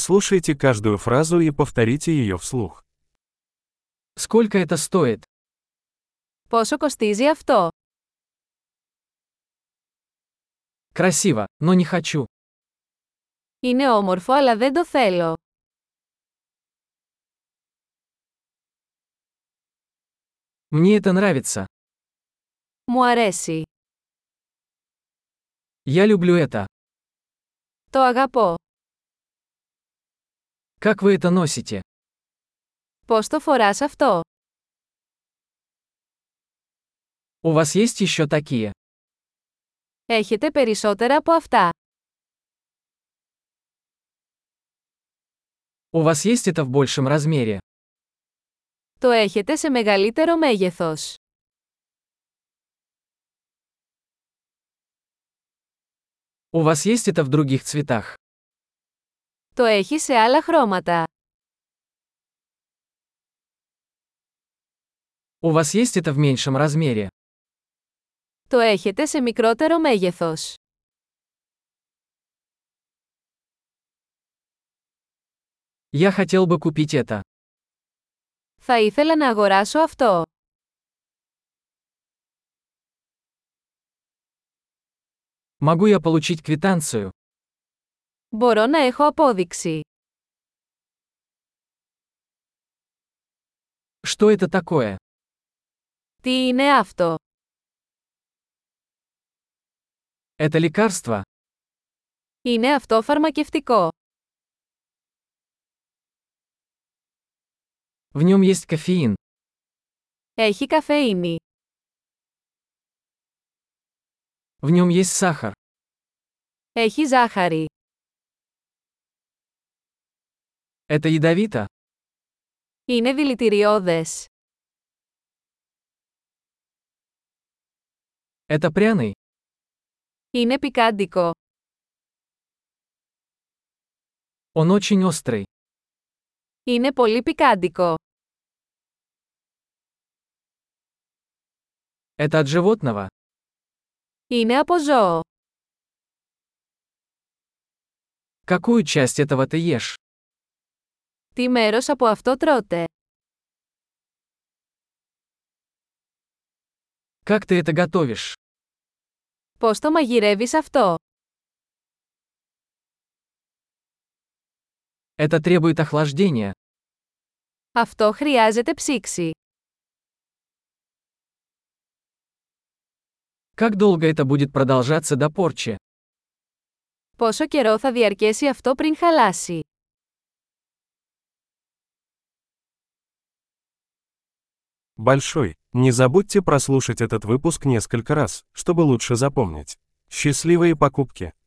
Прослушайте каждую фразу и повторите ее вслух. Сколько это стоит? Πόσο κοστίζει αυτό? Красиво, но не хочу. Είναι όμορφο αλλά δεν το θέλω. Мне это нравится. Μου αρέσει. Я люблю это. Το αγαπώ. Как вы это носите? Πώς το φοράς αυτό? У вас есть еще такие? Έχετε περισσότερα από αυτά. У вас есть это в большем размере? Το έχετε σε μεγαλύτερο μέγεθος. У вас есть это в других цветах? Το έχει σε άλλα χρώματα. У вас есть это в меньшем размере? Το έχετε σε μικρότερο μέγεθος. Я хотел бы купить это. Θα ήθελα να αγοράσω αυτό. Могу я получить квитанцию? Μπορώ να έχω απόδειξη. Что это такое? Τι είναι αυτό? Это лекарство? Είναι αυτό φαρμακευτικό. В нем есть кофеин. Έχει καφεΐνη. В нем есть сахар. Έχει ζάχαρη. Это ядовито? Είναι δηλητηριώδες. Это пряный? Είναι πικάντικο. Он очень острый. Είναι πολύ πικάντικο. Это от животного? Είναι από ζώο. Какую часть этого ты ешь? Τι μέρος από αυτό τρώτε. Как ты это готовишь? Πώς το μαγειρεύεις αυτό. Это требует охлаждения. Αυτό χρειάζεται ψήξη. Как долго это будет продолжаться до порчи? Πόσο καιρό θα διαρκέσει αυτό πριν χαλάσει. Большой. Не забудьте прослушать этот выпуск несколько раз, чтобы лучше запомнить. Счастливые покупки!